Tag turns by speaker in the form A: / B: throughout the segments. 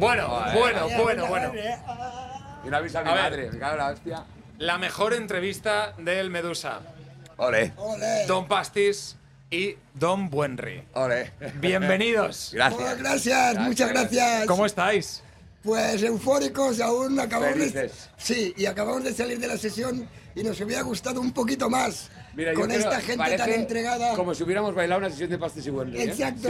A: Bueno,
B: Joder.
A: bueno, bueno, bueno.
B: eh. Y no avisa a mi
A: A ver.
B: madre, me cago en la hostia.
A: La mejor entrevista del Medusa.
B: Ole,
C: Ole.
A: Don Pastis y Don Buenry.
B: ole.
A: Bienvenidos.
C: Pues,
B: Oh, Gracias.
C: gracias, muchas gracias.
A: ¿Cómo estáis?
C: Pues eufóricos, aún acabamos de,
B: Felices.
C: sí, y acabamos de salir de la sesión y nos hubiera gustado un poquito más
B: Mira, yo
C: con
B: creo-
C: esta gente
B: parece
C: tan entregada.
B: Como si hubiéramos bailado una sesión de pastes y Wendy. ¿eh?
C: Exacto.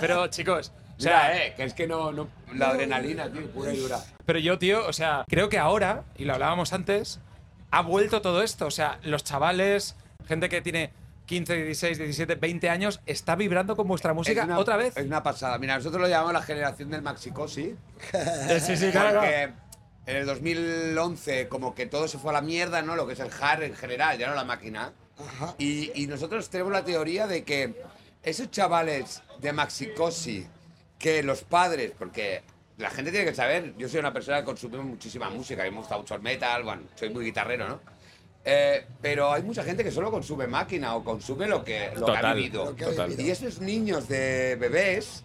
A: Pero chicos, o sea,
B: Mira, eh, que es que no, no. La adrenalina, tío, pura y dura.
A: pero yo, tío, o sea, creo que ahora, y lo hablábamos antes, ha vuelto todo esto. O sea, los chavales, gente que tiene 15, 16, 17, 20 años, está vibrando con vuestra música
B: Es una-
A: otra vez.
B: Es una pasada. Mira, nosotros lo llamamos la generación del maxicosi.
A: Sí, sí,
B: Eh, Porque en el 2011 como que todo se fue a la mierda, ¿no? Lo que es el hard en general, ya no la máquina.
C: Ajá.
B: Y, y nosotros tenemos la teoría de que esos chavales de Maxicosi, que los padres, porque la gente tiene que saber, yo soy una persona que consume muchísima música, a mí me gusta mucho el metal, bueno, soy muy guitarrero, ¿no? Eh, pero hay mucha gente que solo consume máquina o consume lo que, lo que ha
D: Total,
B: vivido.
C: Lo que ha total. vivido.
B: Y esos niños de bebés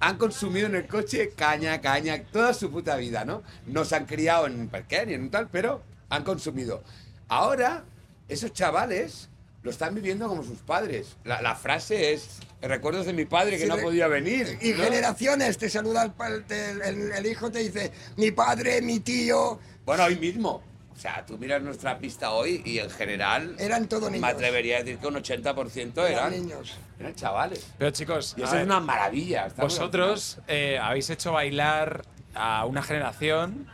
B: han consumido en el coche caña, caña, toda su puta vida, ¿no? No se han criado en un parque ni en un tal, pero han consumido. Ahora, esos chavales lo están viviendo como sus padres. La, la frase es, recuerdos de mi padre que
C: Sí,
B: no
C: re-
B: podía venir.
C: Y
B: ¿no?
C: generaciones, te saluda el, pa- te- el- el hijo, te dice, mi padre, mi tío,
B: Bueno, hoy mismo. O sea, tú miras nuestra pista hoy y en general...
C: eran todos
B: me
C: niños.
B: atrevería a decir que un 80% eran,
C: Eran niños.
B: eran chavales.
A: Pero chicos,
B: Y
A: a
B: eso es
A: ver,
B: una maravilla. está muy
A: vosotros eh, habéis hecho bailar a una generación.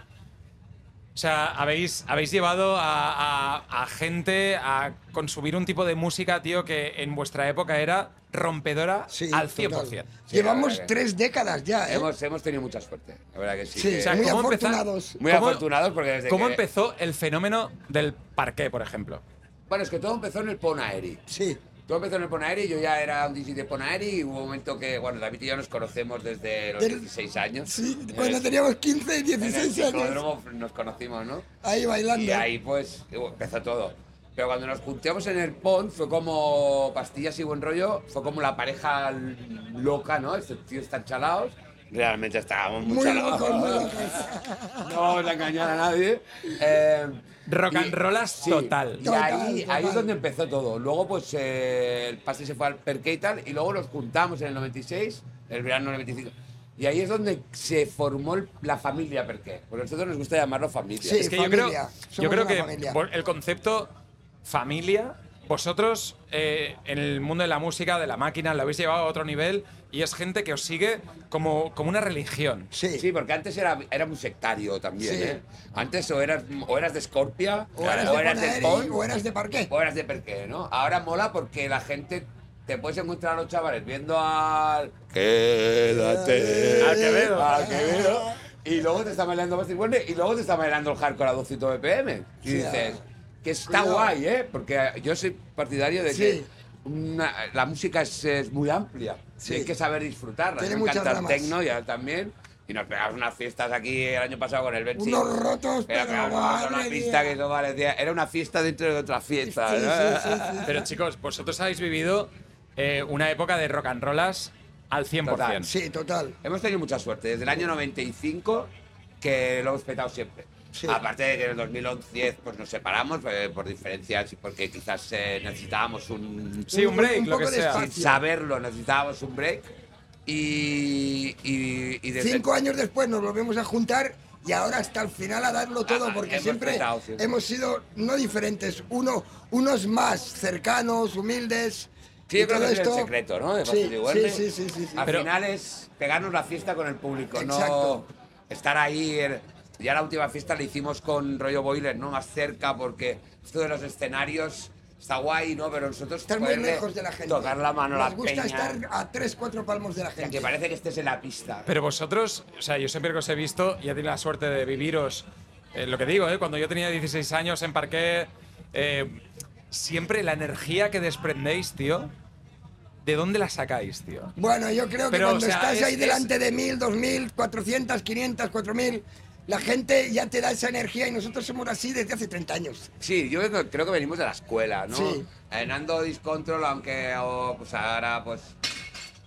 A: O sea, habéis, habéis llevado a, a- a gente a consumir un tipo de música, tío, que en vuestra época era rompedora
C: Sí,
A: al
C: total.
A: 100%.
B: Sí, la
C: Llevamos
B: verdad que-
C: tres décadas ya, ¿eh?
B: Hemos, hemos tenido mucha suerte, la verdad que sí.
C: Sí,
B: que-
C: o
A: sea,
C: Eh, muy
A: ¿cómo empezar?
C: afortunados.
B: Muy
A: ¿Cómo-
B: afortunados porque desde
A: ¿Cómo
B: que-
A: empezó el fenómeno del parqué, por ejemplo?
B: Bueno, es que todo empezó en el Ponaeri.
C: Sí.
B: Todo empezó en el Ponaeri, yo ya era un DJ de Ponaeri y hubo un momento que, bueno, David y yo nos conocemos desde los
C: Del-
B: 16 años.
C: Sí,
B: En
C: cuando
B: el-
C: teníamos 15 y
B: en el
C: 16 años,
B: psicódromo nos conocimos, ¿no?
C: ahí bailando.
B: Y ahí pues empezó todo. Pero cuando nos juntamos en el PON fue como pastillas y buen rollo, fue como la pareja loca, ¿no? Estos tíos están chalados. Realmente estábamos muy,
C: Muy
B: chalados.
C: locos, muy locos.
B: No vamos a engañar a nadie. Eh,
A: Rock and
B: y-
A: rollas total.
B: Y
C: Total,
B: ahí,
C: total.
B: ahí es donde empezó todo. Luego, pues eh, el pase se fue al Perqué y tal, y luego los juntamos en el 96, el verano del 95. Y ahí es donde se formó el- la familia Perqué. Porque a nosotros nos gusta llamarlo familia.
C: Sí.
A: Es que
C: familia.
A: yo creo, yo
C: Somos
A: creo
C: una
A: que
C: familia.
A: vo- el concepto familia, vosotros eh, en el mundo de la música, de la máquina, lo habéis llevado a otro nivel y es gente que os sigue como, como una religión.
C: Sí.
B: Sí, porque antes era, era muy sectario también,
C: Sí.
B: ¿eh? Antes o eras, o eras de Escorpia,
C: O eras de Bonaeri,
B: Pon,
C: o eras de Parqué.
B: o eras de Perqué, ¿no? Ahora mola porque la gente... Te puedes encontrar a los chavales viendo al... Quédate.
A: Al Quevedo.
B: Al Quevedo. Y luego te está bailando Basti Bueno y luego te está bailando el hardcore a 200 BPM. Y
C: Sí,
B: dices, que está
C: Cuidado.
B: guay, ¿eh? Porque yo soy partidario de que
C: Sí.
B: una- la música es, es muy amplia.
C: Sí.
B: Hay que saber disfrutarla.
C: Tiene
B: Me
C: muchas
B: encanta el
C: ramas.
B: techno y ahora también. Y nos pegamos unas fiestas aquí el año pasado con el Benchi.
C: Unos rotos,
B: Era,
C: pero,
B: pero vamos a una
C: madre
B: fiesta
C: mía.
B: que eso parecía- Era una fiesta dentro de otra fiesta.
C: Sí,
B: ¿no?
C: sí, sí, sí.
A: Pero chicos, vosotros habéis vivido eh, una época de rock and rollas al 100%.
B: Total.
C: Sí, total.
B: Hemos tenido mucha suerte. Desde el año 95 que lo hemos petado siempre.
C: Sí.
B: Aparte de que en el 2010 pues, nos separamos eh, por diferencias y porque quizás eh, necesitábamos un...
A: Sí, un break,
C: Un
A: lo que
C: poco de
A: sea.
C: espacio.
B: Sin saberlo necesitábamos un break. Y, y, y desde...
C: Cinco años después nos volvemos a juntar y ahora hasta el final a darlo todo
B: Ah,
C: porque
B: hemos
C: siempre
B: petado, sí.
C: hemos sido no diferentes, uno, unos más cercanos, humildes.
B: Sí,
C: y
B: yo creo
C: todo
B: que ese es el
C: esto-
B: secreto, ¿no? De
C: sí,
B: Bastante Igualde.
C: sí, sí, sí, sí, sí.
B: Al
A: Pero-
B: final es pegarnos la fiesta con el público,
C: Exacto.
B: no estar ahí. el- Ya la última fiesta la hicimos con rollo boiler, ¿no? Más cerca, porque esto de los escenarios está guay, ¿no? Pero nosotros
C: Estar muy
B: poderle
C: lejos de la gente.
B: Tocar la mano a
C: Nos
B: la
C: gusta
B: peña.
C: estar a tres, cuatro palmos de la
B: o sea,
C: gente.
B: que parece que estés en la pista.
A: Pero vosotros, o sea, yo siempre que os he visto y he tenido la suerte de viviros, eh, lo que digo, eh, cuando yo tenía 16 años en parqué, eh, siempre la energía que desprendéis, tío, ¿de dónde la sacáis, tío?
C: Bueno, yo creo que
A: Pero,
C: cuando
A: o sea,
C: estás
A: es-
C: ahí
A: es-
C: delante de mil, dos mil, cuatrocientas, quinientas, cuatro mil, la gente ya te da esa energía y nosotros somos así desde hace 30 años.
B: Sí, yo creo que- creo que venimos de la escuela, ¿no?
C: Sí.
B: Eh, Nando Discontrol, aunque oh, pues ahora pues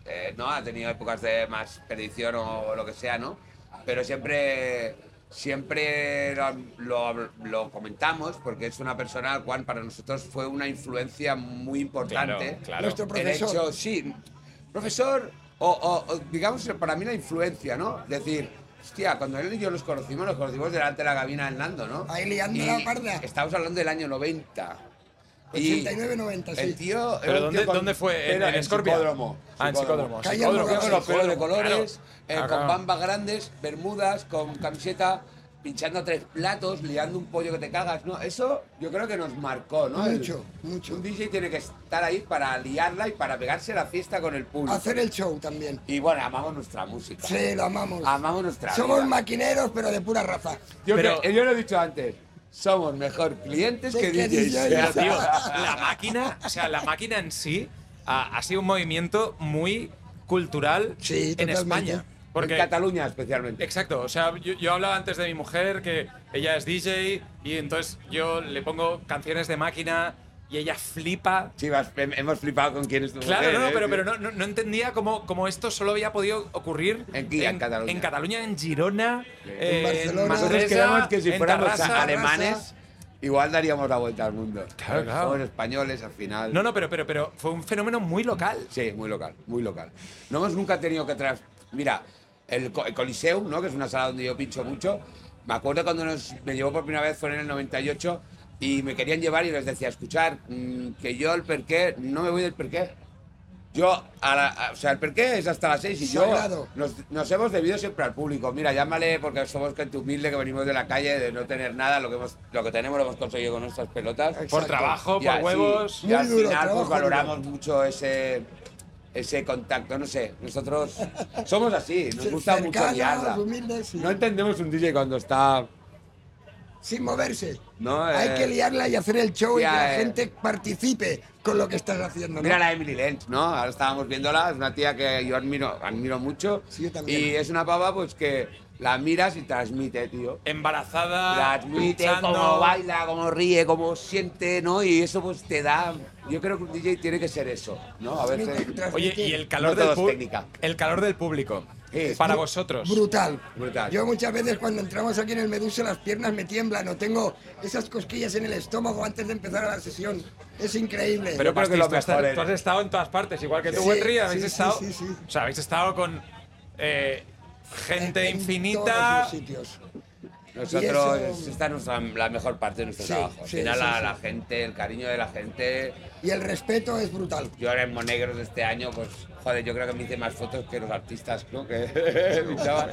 B: eh, ¿no? Ha tenido épocas de más perdición o lo que sea, ¿no? Pero siempre, siempre lo, lo- lo comentamos porque es una persona al cual para nosotros fue una influencia muy importante.
A: Claro.
C: Nuestro
B: El
C: profesor.
B: hecho, sí, profesor, o, o- o, digamos para mí la influencia, ¿no? Decir, hostia, cuando él y yo nos conocimos, nos conocimos delante de la cabina del Nando, ¿no?
C: Ahí liando
B: Y
C: la parda.
B: Estamos hablando del año 90. Y
C: 89, 90,
B: El
C: sí.
B: tío.
A: ¿Pero
B: era un
A: dónde-
B: tío con-
A: dónde fue? ¿En-
B: era
A: en Scorpion?
B: Psicódromo.
A: Ah, en Psicódromo,
B: Tío
C: Callando
A: Psicódromo.
C: Gabriel.
B: con los pelos de
A: Claro.
B: colores, eh,
A: Ah,
B: con
A: claro.
B: bambas grandes, bermudas, con camiseta, pinchando a tres platos, liando un pollo que te cagas, ¿no? Eso yo creo que nos marcó, ¿no? El-
C: Mucho, mucho.
B: Un DJ tiene que estar ahí para liarla y para pegarse la fiesta con el público.
C: Hacer el show también.
B: Y bueno, amamos nuestra música.
C: Sí, lo amamos.
B: Amamos nuestra
C: Somos
B: vida.
C: maquineros, pero de pura raza.
B: Yo,
A: Pero-
B: que- yo lo he dicho antes, somos mejor clientes
C: Sí,
B: que
C: que
B: DJs.
C: DJs.
A: Pero, tío, la máquina, o sea, la máquina en sí ha, ha sido un movimiento muy cultural
C: Sí,
A: en
C: totalmente.
A: España. Porque,
B: En Cataluña especialmente.
A: exacto, o sea, yo, yo hablaba antes de mi mujer, que ella es DJ, y entonces yo le pongo canciones de máquina y ella flipa.
B: Sí, vas- hem- hemos flipado con quién es tu
A: Claro,
B: mujer,
A: no,
B: ¿eh?
A: pero, pero no, no- no entendía cómo, cómo esto solo había podido ocurrir
B: En Guía, en Cataluña.
A: en Cataluña, en Girona,
C: En Barcelona.
B: Nosotros
C: Terrassa,
B: creemos que si
A: en
B: fuéramos
A: Tarrasa.
B: alemanes, igual daríamos la vuelta al mundo.
A: Claro, claro.
B: Somos españoles al final.
A: No, no, pero, pero, pero fue un fenómeno muy local.
B: Sí, muy local, muy local. No hemos nunca tenido que tras... Mira, el, co- el Coliseum, ¿no? que es una sala donde yo pincho mucho, me acuerdo cuando nos, me llevó por primera vez, fue en el 98, y me querían llevar y les decía, escuchar, mm, que yo el perqué, no me voy del perqué. Yo, a la- a- o sea, el perqué es hasta las 6 y yo
C: Sagrado.
B: nos, nos hemos debido siempre al público. Mira, llámale porque somos gente humilde que venimos de la calle, de no tener nada, lo que, hemos, lo que tenemos lo hemos conseguido con nuestras pelotas
A: Por
C: Exacto.
A: trabajo, por
B: y así-
A: huevos.
B: Y
C: Muy
B: al
C: duro,
B: final
C: trabajo
B: pues, valoramos
C: duro.
B: mucho ese, ese contacto. No sé, nosotros somos así, nos gusta mucho
C: Cercanos,
B: liarla.
C: humildes, sí.
B: No entendemos un DJ cuando está.
C: Sin moverse.
B: No, eh,
C: Hay que liarla y hacer el show y que
B: ya,
C: la
B: eh.
C: gente participe con lo que estás haciendo. ¿no?
B: Mira la Emily Lent, ¿no? Ahora estábamos viéndola, es una tía que yo admiro, admiro mucho.
C: Sí, yo también.
B: Y es una pava pues que la miras y transmite, tío.
A: Embarazada,
B: La admite,
A: pinchando.
B: cómo baila, cómo ríe, cómo siente, ¿no? Y eso pues te da... Yo creo que un DJ tiene que ser eso, ¿no? A veces...
C: Transmite, transmite.
A: Oye, y el calor,
B: No
A: del
B: todo es
A: pub-
B: técnica.
A: el calor del público.
B: Es
A: para
B: bru-
A: vosotros.
C: Brutal.
B: Brutal.
C: Yo muchas veces cuando entramos aquí en el Medusa las piernas me tiemblan o tengo esas cosquillas en el estómago antes de empezar la sesión. Es increíble.
A: Pero
B: Yo creo
A: Pastis,
B: que lo
A: tú, has-
B: mejor es-
A: tú has estado en todas partes, igual que tú,
C: Sí,
A: Wenry, habéis
C: sí, sí,
A: estado.
C: sí, sí.
A: O sea, habéis estado con eh, gente
C: En- en
A: infinita.
C: todos los sitios.
B: Nosotros,
C: Y eso-
B: esta es nuestra- la mejor parte de nuestro
C: Sí,
B: trabajo. Al
C: sí,
B: final,
C: sí,
B: la,
C: sí.
B: la gente, el cariño de la gente.
C: Y el respeto es brutal.
B: Yo ahora en Monegros de este año, pues, joder, yo creo que me hice más fotos que los artistas, ¿no? Que pinchaban.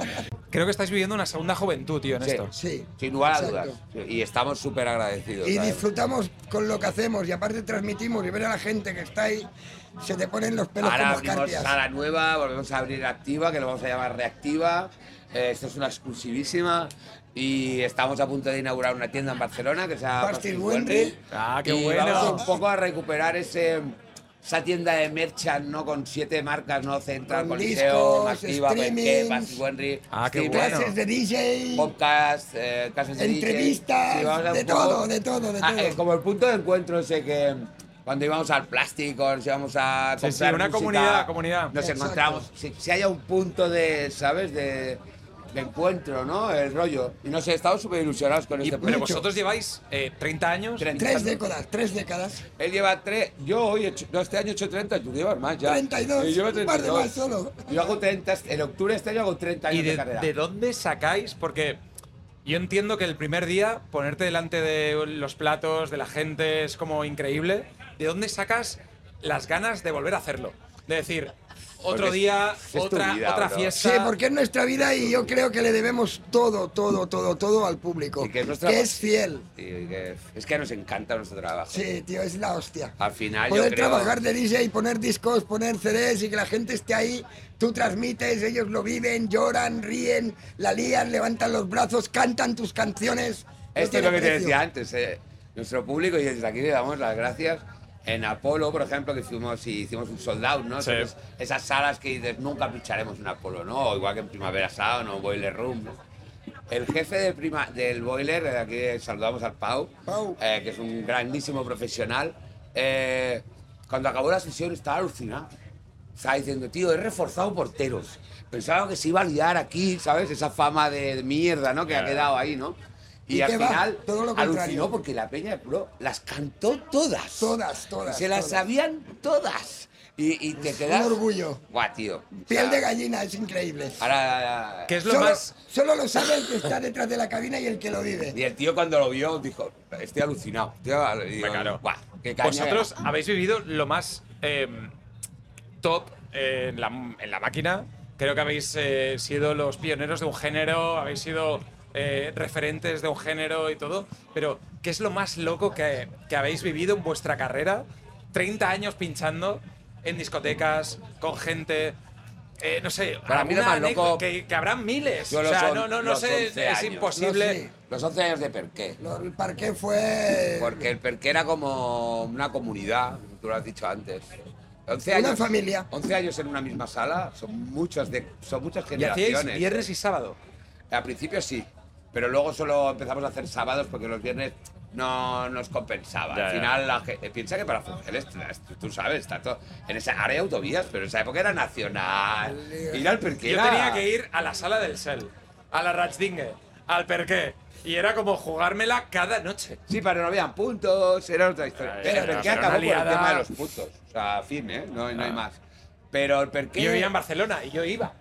A: Creo que estáis viviendo una segunda juventud, tío, en
B: Sí.
A: esto.
C: Sí.
B: Sin lugar a
C: exacto.
B: dudas. Y estamos súper agradecidos.
C: Y
B: la verdad.
C: disfrutamos con lo que hacemos y aparte transmitimos y ver a la gente que está ahí, se te ponen los pelos
B: Ahora
C: como
B: abrimos
C: escarpias.
B: sala nueva, volvemos a abrir activa, que lo vamos a llamar reactiva. Eh, esto es una exclusivísima. Y estamos a punto de inaugurar una tienda en Barcelona que se llama
C: Pastis
B: Pastis
C: Wendy.
B: Wendy.
A: Ah, qué
B: Y
A: bueno.
B: Vamos un poco a recuperar ese, esa tienda de merchant, ¿no? Con siete marcas, ¿no? Central,
C: Con
B: Coliseo,
C: discos,
B: Activa,
C: streamings.
B: Benque, Pastis Wendy.
A: Ah, qué
B: Steam,
A: bueno.
C: Clases de DJ.
B: Podcast, eh, casas de DJ.
C: Entrevistas,
B: Sí, vamos a un
C: de
B: poco-
C: todo, de todo, de
B: Ah,
C: todo.
B: eh, como el punto de encuentro ese que cuando íbamos al plástico, nos íbamos a
A: Sí, sí,
B: comprar
A: una
B: música,
A: comunidad, comunidad.
B: Nos
C: Exacto.
B: encontramos. Si, si haya un punto de, ¿sabes? De, de encuentro, ¿no? El rollo. Y no sé, estamos súper ilusionados con
A: Y-
B: este
A: pero
B: proyecto.
A: vosotros lleváis eh, 30 años.
B: Treinta.
C: Tres décadas, tres décadas.
B: Él lleva tres, yo hoy, he hecho- no, este año he hecho 30, tú llevas más ya.
C: 32,
B: Y llevo
C: un par de más solo.
B: Yo hago 30, en octubre este año hago 30
A: ¿Y
B: años de,
A: de,
B: carrera.
A: de dónde sacáis? Porque yo entiendo que el primer día ponerte delante de los platos, de la gente, es como increíble. ¿De dónde sacas las ganas de volver a hacerlo? De decir, otro
B: Porque
A: día,
B: es tu
A: otra,
B: vida,
A: otra
B: bro.
A: fiesta.
C: Sí, porque es nuestra vida y yo creo que le debemos todo, todo, todo, todo al público.
B: Y que es nuestra-
C: es fiel.
B: Y que- es que nos encanta nuestro trabajo.
C: Sí, tío, es la hostia.
B: Al final Ah, yo
C: Poder
B: creo-
C: trabajar de DJ, poner discos, poner CDs y que la gente esté ahí, tú transmites, ellos lo viven, lloran, ríen, la lían, levantan los brazos, cantan tus canciones. No
B: Esto es
C: tiene
B: lo que te
C: precio.
B: decía antes, eh, nuestro público, y desde aquí le damos las gracias. En Apolo, por ejemplo, que fuimos y hicimos un sold out, ¿no?
A: Sí.
B: Entonces, Esas salas que dices, nunca picharemos en Apolo, ¿no? O igual que en Primavera Sound o Boiler Room. ¿no? El jefe de prima, del Boiler, de aquí saludamos al Pau,
C: Pau.
B: eh, que es un grandísimo profesional, eh, cuando acabó la sesión estaba alucinado. Estaba diciendo, tío, he reforzado porteros. Pensaba que se iba a liar aquí, ¿sabes? Esa fama de, de mierda, ¿no? Que ha quedado ahí, ¿no? Y,
C: ¿Y
B: al
C: qué va?
B: final
C: Todo lo contrario.
B: alucinó porque la peña, bro, las cantó todas.
C: Todas, todas,
B: Se las
C: todas.
B: sabían todas. Y, y te quedas...
C: Un orgullo.
B: Guau, tío.
C: Piel
B: O sea,
C: de gallina, es increíble.
B: Ahora...
A: Que es lo
C: Solo,
A: más.
C: solo lo sabe el que está detrás de la cabina y el que lo
B: Y
C: vive.
B: el tío cuando lo vio dijo, estoy alucinado. Tío, y digo,
A: Me caro.
B: "Buah, qué caña
A: Vosotros
B: era".
A: habéis vivido lo más eh, top eh, en, la, en la máquina. Creo que habéis eh, sido los pioneros de un género, habéis sido eh, referentes de un género y todo. Pero, ¿qué es lo más loco que, que habéis vivido en vuestra carrera? 30 años pinchando en discotecas, con gente. eh, no sé,
B: Para mí lo
A: alguna
B: más loco-
A: anécdota que, que habrán miles.
B: Yo
A: O
B: los
A: sea,
B: on-
A: no, no, no
B: los
A: sé,
B: 11
A: es
B: años.
A: imposible.
C: No, sí.
B: Los 11 años de Perqué.
C: Lo- el parque fue
B: Porque el Perqué era como una comunidad, tú lo has dicho antes. 11
C: Una
B: años,
C: familia.
B: 11 años en una misma sala, son muchas, de, son muchas
A: Y hacíais
B: generaciones.
A: viernes y sábado.
B: Al principio sí, pero luego solo empezamos a hacer sábados porque los viernes no nos compensaba.
A: Ya,
B: Al
A: ya.
B: final, la ge- eh, piensa que para Fungeles, tú- tú sabes, está todo. En esa área de autovías, pero en esa época era nacional. Ir al Perqué
A: Yo
B: era-
A: tenía que ir a la sala del Sel, a la Ratzdinge, al Perqué. Y era como jugármela cada noche.
B: Sí, pero no habían puntos, era otra historia.
A: Ay,
B: pero
A: era-
B: el Perqué
A: era una
B: acabó por el
A: liada.
B: tema de los puntos. O sea, fin, ¿eh? No, no hay más. Pero el Perqué.
A: Y yo vivía en Barcelona y yo iba.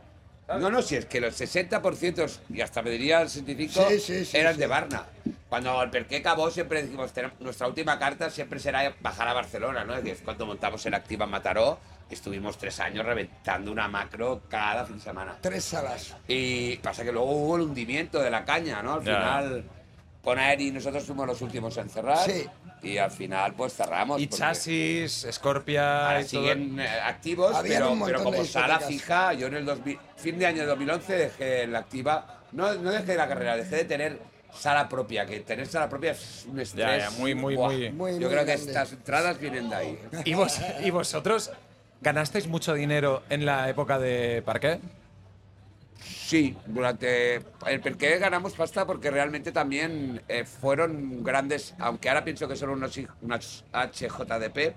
B: No, no, si es que los 60% y hasta me diría el 65%
C: Sí, sí, sí,
B: eran
C: sí.
B: de Barna. Cuando el Perqué acabó, siempre decimos, "Tenemos- nuestra última carta siempre será bajar a Barcelona, ¿no? Que es cuando montamos el Activa en Mataró, estuvimos tres años reventando una macro cada fin de semana.
C: tres salas.
B: Y pasa que luego hubo el hundimiento de la caña, ¿no? Al
A: Ya.
B: final, con Aeri nosotros fuimos los últimos en cerrar.
C: Sí.
B: Y al final, pues cerramos.
A: Y
B: porque
A: chasis, Scorpia
B: Ahora
A: y todo.
B: siguen eh, activos,
C: Habían
B: pero,
C: un montón
B: pero como
C: de
B: sala
C: discotecas.
B: fija, yo en el 2000 fin de año 2011 dejé la activa. No, no dejé la carrera, dejé de tener sala propia, que tener sala propia es un estrés.
A: ya, muy, muy,
B: Buah.
A: muy-
C: Muy,
B: yo
C: muy
B: creo que
C: grande.
B: estas entradas vienen de ahí.
A: ¿Y, vos- y vosotros ganasteis mucho dinero en la época de Parqué?
B: Sí, durante el Perqué ganamos pasta porque realmente también eh, fueron grandes, aunque ahora pienso que son unos, hij- unos HJDP,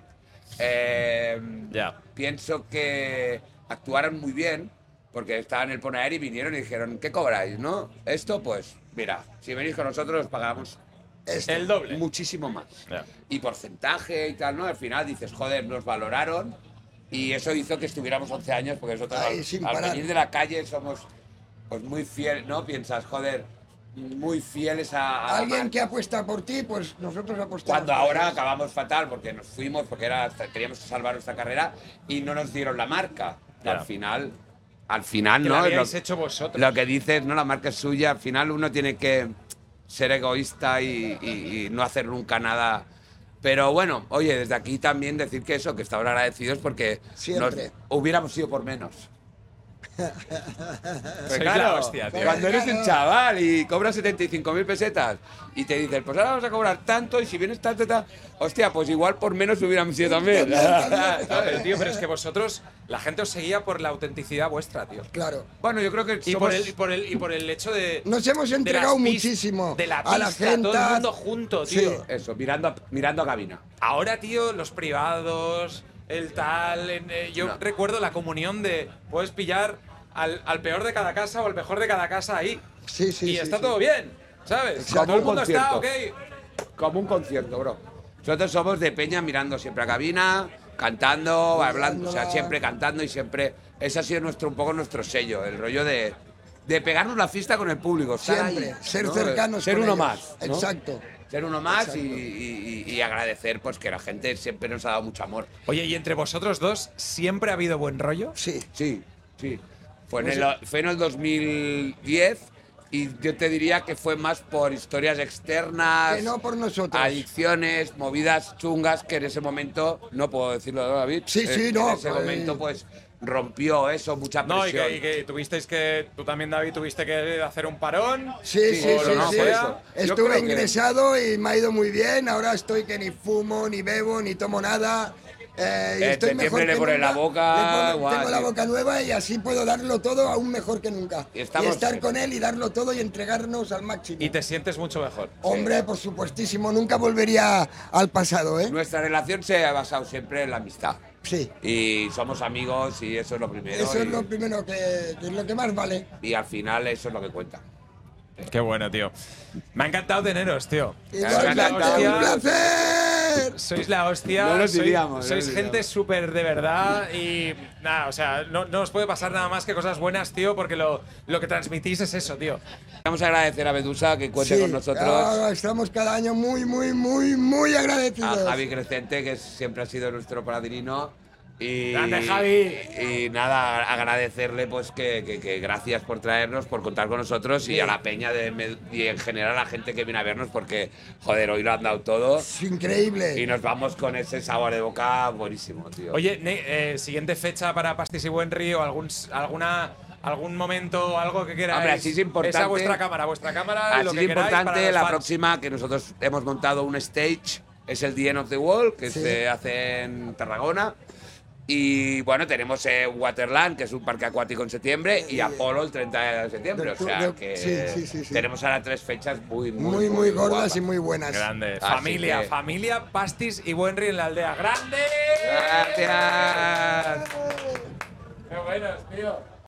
B: eh,
A: Ya.
B: pienso que actuaron muy bien porque estaban en el Ponaer y vinieron y dijeron, ¿qué cobráis? ¿No? Esto pues, mira, si venís con nosotros os pagamos
C: Esto.
A: El doble.
B: muchísimo más.
A: Ya.
B: Y porcentaje y tal, ¿no? Al final dices, joder, nos valoraron y eso hizo que estuviéramos 11 años, porque nosotros
C: Ahí,
B: al-
C: sin
B: al,
C: parar.
B: venir de la calle somos pues muy fieles, ¿no? Piensas, joder, muy fieles a... a la
C: Alguien
B: marca.
C: que apuesta por ti, pues nosotros apostamos.
B: Ah, Cuando
C: por
B: ahora
C: ellos.
B: acabamos fatal porque nos fuimos, porque era, hasta- teníamos que salvar nuestra carrera y no nos dieron la marca. Y
A: Ya.
B: Al final, al final,
A: Que
B: ¿no?
A: lo
B: Es lo-
A: habíais hecho vosotros.
B: lo que dices, no, la marca es suya. Al final uno tiene que ser egoísta y, y- y no hacer nunca nada. Pero bueno, oye, desde aquí también decir que eso, que estamos agradecidos porque
C: Siempre.
B: nos hubiéramos sido por menos. Pero
A: Sois la hostia, tío.
B: Cuando eres
C: Claro.
B: un chaval y cobras 75.000 pesetas y te dicen, pues ahora vamos a cobrar tanto y si vienes tanto, tal, hostia, pues igual por menos hubiéramos sido también.
A: No, Ah, pero tío, pero es que vosotros, la gente os seguía por la autenticidad vuestra, tío.
C: Claro.
B: bueno, yo creo que
A: Y
B: somos-
A: por, el, y, por el, y por el hecho de.
C: Nos hemos
A: de las
C: entregado
A: pis-
C: muchísimo
A: De la
C: a la
A: pista, todo el
C: gente.
A: mundo junto,
C: Sí.
A: tío.
B: Eso, mirando a- mirando a cabina.
A: Ahora, tío, los privados, el tal. en- eh, yo
B: No.
A: recuerdo la comunión de puedes pillar al, al peor de cada casa o al mejor de cada casa ahí.
C: Sí, sí,
A: Y
C: sí,
A: está
C: sí.
A: todo bien, ¿sabes?
B: Exacto.
A: Todo el mundo está, ok.
B: Concierto. Como un concierto, bro. Nosotros somos de peña mirando siempre a cabina, cantando, hablando, o sea, siempre cantando y siempre... Ese ha sido nuestro, un poco nuestro sello, el rollo de, de pegarnos la fiesta con el público. estar
C: Siempre.
B: ahí,
C: ser
B: ¿no?
C: cercanos.
B: Ser
C: con
B: uno
C: ellos.
B: más. ¿no?
C: Exacto.
B: Ser uno más y, y- y- y agradecer pues que la gente siempre nos ha dado mucho amor.
A: Oye, y entre vosotros dos, ¿siempre ha habido buen rollo?
C: Sí. Pues
B: Sí, sí. Fue en, el, fue en el 2010 y yo te diría que fue más por historias externas.
C: Que no por nosotros.
B: Adicciones, movidas chungas que en ese momento, no puedo decirlo, ¿no, David. Eh,
C: Sí, sí,
B: En-
C: no,
B: En ese
C: pues-
B: momento, pues rompió eso, mucha presión.
A: No, y que, y que tuvisteis que. Tú también, David, tuviste que hacer un parón.
C: Sí, sí, sí,
B: no, no,
C: sí.
B: por eso. Yo
C: Estuve
B: creo que-
C: ingresado y me ha ido muy bien. Ahora estoy que ni fumo, ni bebo, ni tomo nada. Eh, y
B: Eh,
C: estoy
B: septiembre
C: mejor que
B: le pone
C: nunca.
B: la boca,
C: Le pongo-
B: guau,
C: tengo la
B: tío.
C: boca nueva y así puedo darlo todo aún mejor que nunca.
B: Y estamos-
C: estar con él y darlo todo y entregarnos al máximo.
A: Y te sientes mucho mejor.
C: Hombre, por supuestísimo, nunca volvería al pasado, ¿eh?
B: Nuestra relación se ha basado siempre en la amistad.
C: Sí.
B: Y somos amigos y eso es lo primero.
C: Eso es
B: y-
C: lo primero que, que es lo que más vale.
B: y al final eso es lo que cuenta.
A: Qué bueno, tío. Me ha encantado teneros, tío. Sois la
C: Igualmente,
B: hostia.
C: un placer.
A: Sois la hostia.
D: No lo
A: sois-
D: diríamos, no lo
A: sois gente
D: diríamos.
A: súper de verdad y nada, o sea, no, no os puede pasar nada más que cosas buenas, tío, porque lo, lo que transmitís es eso, tío.
B: Vamos a agradecer a Medusa que cuente
C: Sí,
B: con nosotros,
C: ah, estamos cada año muy, muy, muy, muy agradecidos.
B: a Javi Crescente, que siempre ha sido nuestro padrino. Y,
A: Grande, Javi.
B: y nada, agradecerle pues que, que- que gracias por traernos, por contar con nosotros y a la peña de Med- y en general a la gente que viene a vernos porque, joder, hoy lo han dado todo
C: Es increíble.
B: y nos vamos con ese sabor de boca buenísimo, tío.
A: Oye, Ne- eh, siguiente fecha para Pastis y Buenry o algún, alguna, algún momento o algo que queráis.
B: Hombre, así es importante.
A: Esa vuestra cámara, vuestra cámara.
B: Así
A: lo que
B: de
A: queráis para
B: importante,
A: los
B: la
A: fans.
B: próxima que nosotros hemos montado un stage, es el The End of the Wall, que
C: Sí.
B: se hace en Tarragona. Y bueno, tenemos eh, Waterland, que es un parque acuático en septiembre, y Apolo el 30 de septiembre. O
C: Doctor,
B: sea
C: doc-
B: que
C: sí, sí, sí, sí.
B: tenemos ahora tres fechas muy, muy,
C: muy, muy gordas
B: guapas.
C: y muy buenas.
A: Grande.
B: Así
A: familia,
B: que-
A: familia, Pastis y Buenry en la aldea. ¡Grande!
B: Gracias.
A: ¡Qué buenos, tío!